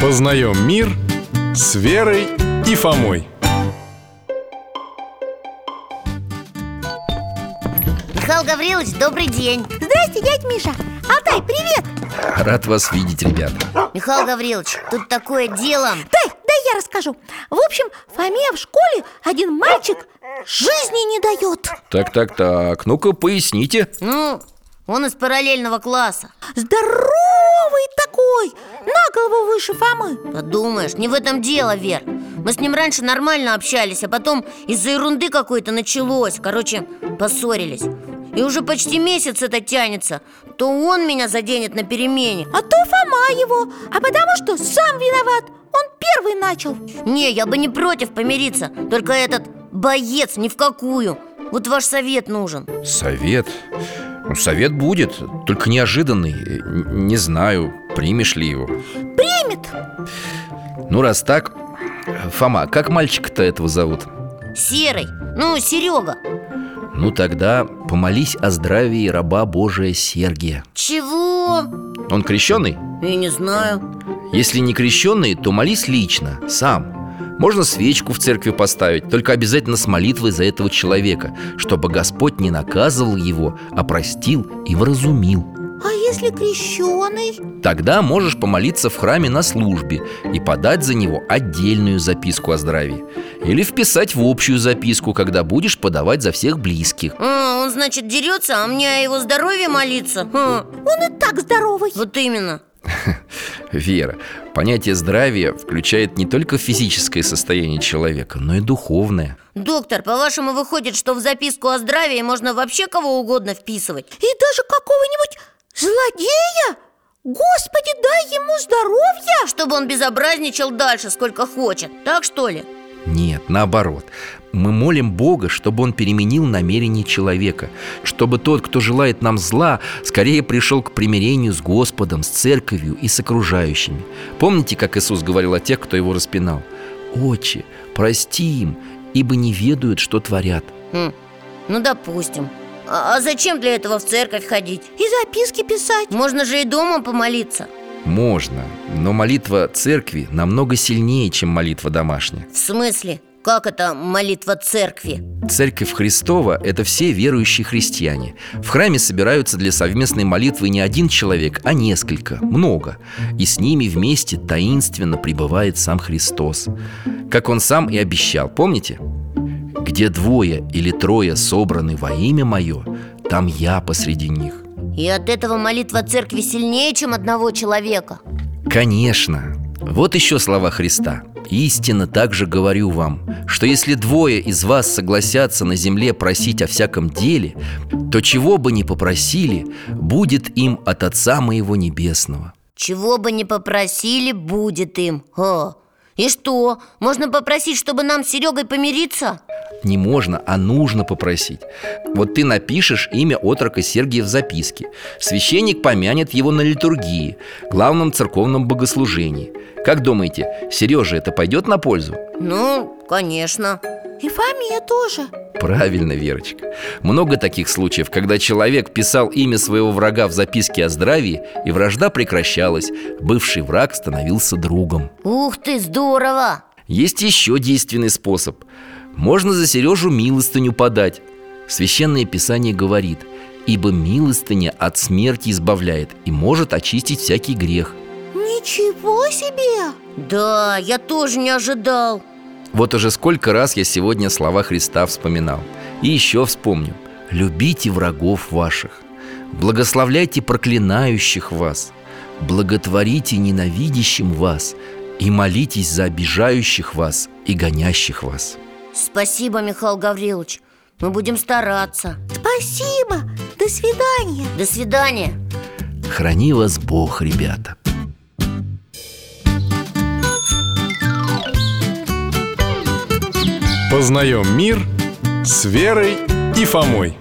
Познаем мир с Верой и Фомой. Михаил Гаврилович, добрый день Здрасте, дядь Миша Алтай, привет! Рад вас видеть, ребята Михаил Гаврилович, тут такое дело Дай, дай я расскажу В общем, Фоме в школе один мальчик жизни не дает Так, так, так, ну-ка поясните Ну, он из параллельного класса Здоровый такой, на голову выше Фомы Подумаешь, не в этом дело, Вер Мы с ним раньше нормально общались А потом из-за ерунды какой-то началось Короче, поссорились и уже почти месяц это тянется То он меня заденет на перемене А то Фома его, а потому что сам виноват Он первый начал Не, я бы не против помириться Только этот боец ни в какую Вот ваш совет нужен Совет? Ну, Совет будет, только неожиданный Э, н- Не знаю, примешь ли его Примет Ну, раз так, Фома, как мальчика-то этого зовут? Серый, ну, Серега Ну, тогда помолись о здравии раба Божия Сергия Чего? Он крещеный? Я не знаю Если не крещенный, то молись лично, сам Можно свечку в церкви поставить, только обязательно с молитвой за этого человека Чтобы Господь не наказывал его, а простил и вразумил А если крещеный? Тогда можешь помолиться в храме на службе и подать за него отдельную записку о здравии Или вписать в общую записку, когда будешь подавать за всех близких А, он, значит, дерется, а мне о его здоровье молиться? Ха, Он и так здоровый вот именно Вера, понятие здравия включает не только физическое состояние человека, но и духовное Доктор, по-вашему, выходит, что в записку о здравии можно вообще кого угодно вписывать? И даже какого-нибудь злодея? Господи, дай ему здоровья! А Чтобы он безобразничал дальше, сколько хочет Так что ли? Нет, наоборот. Мы молим Бога, чтобы Он переменил намерение человека, чтобы тот, кто желает нам зла, скорее пришел к примирению с Господом, с церковью и с окружающими. Помните, как Иисус говорил о тех, кто его распинал? «Отче, прости им, ибо не ведают, что творят». Хм, ну, допустим а, а зачем для этого в церковь ходить? И записки писать Можно же и дома помолиться Можно, но молитва церкви намного сильнее, чем молитва домашняя. В смысле? Как это молитва церкви? Церковь Христова – это все верующие христиане. В храме собираются для совместной молитвы не один человек, а несколько, много. И с ними вместе таинственно пребывает сам Христос. Как он сам и обещал, помните? «Где двое или трое собраны во имя Мое, там Я посреди них». И от этого молитва церкви сильнее, чем одного человека Конечно. Вот еще слова Христа. Истинно также говорю вам, что если двое из вас согласятся на земле просить о всяком деле, то чего бы ни попросили, будет им от Отца моего Небесного. Чего бы ни попросили, будет им О, И что, можно попросить, чтобы нам с Серегой помириться? Не можно, а нужно попросить. Вот ты напишешь имя отрока Сергия в записке. Священник помянет его на литургии, главном церковном богослужении. Как думаете, Сереже это пойдет на пользу? Ну, конечно И Фоме тоже Правильно, Верочка. Много таких случаев, когда человек писал имя своего врага в записке о здравии, и вражда прекращалась, бывший враг становился другом. Ух ты, здорово! Есть еще действенный способ. Можно за Сережу милостыню подать. Священное Писание говорит, ибо милостыня от смерти избавляет и может очистить всякий грех. Ничего себе! Да, я тоже не ожидал Вот уже сколько раз я сегодня слова Христа вспоминал И еще вспомню Любите врагов ваших Благословляйте проклинающих вас Благотворите ненавидящим вас И молитесь за обижающих вас и гонящих вас Спасибо, Михаил Гаврилович Мы будем стараться Спасибо! До свидания! До свидания Храни вас Бог, ребята Познаем мир с Верой и Фомой.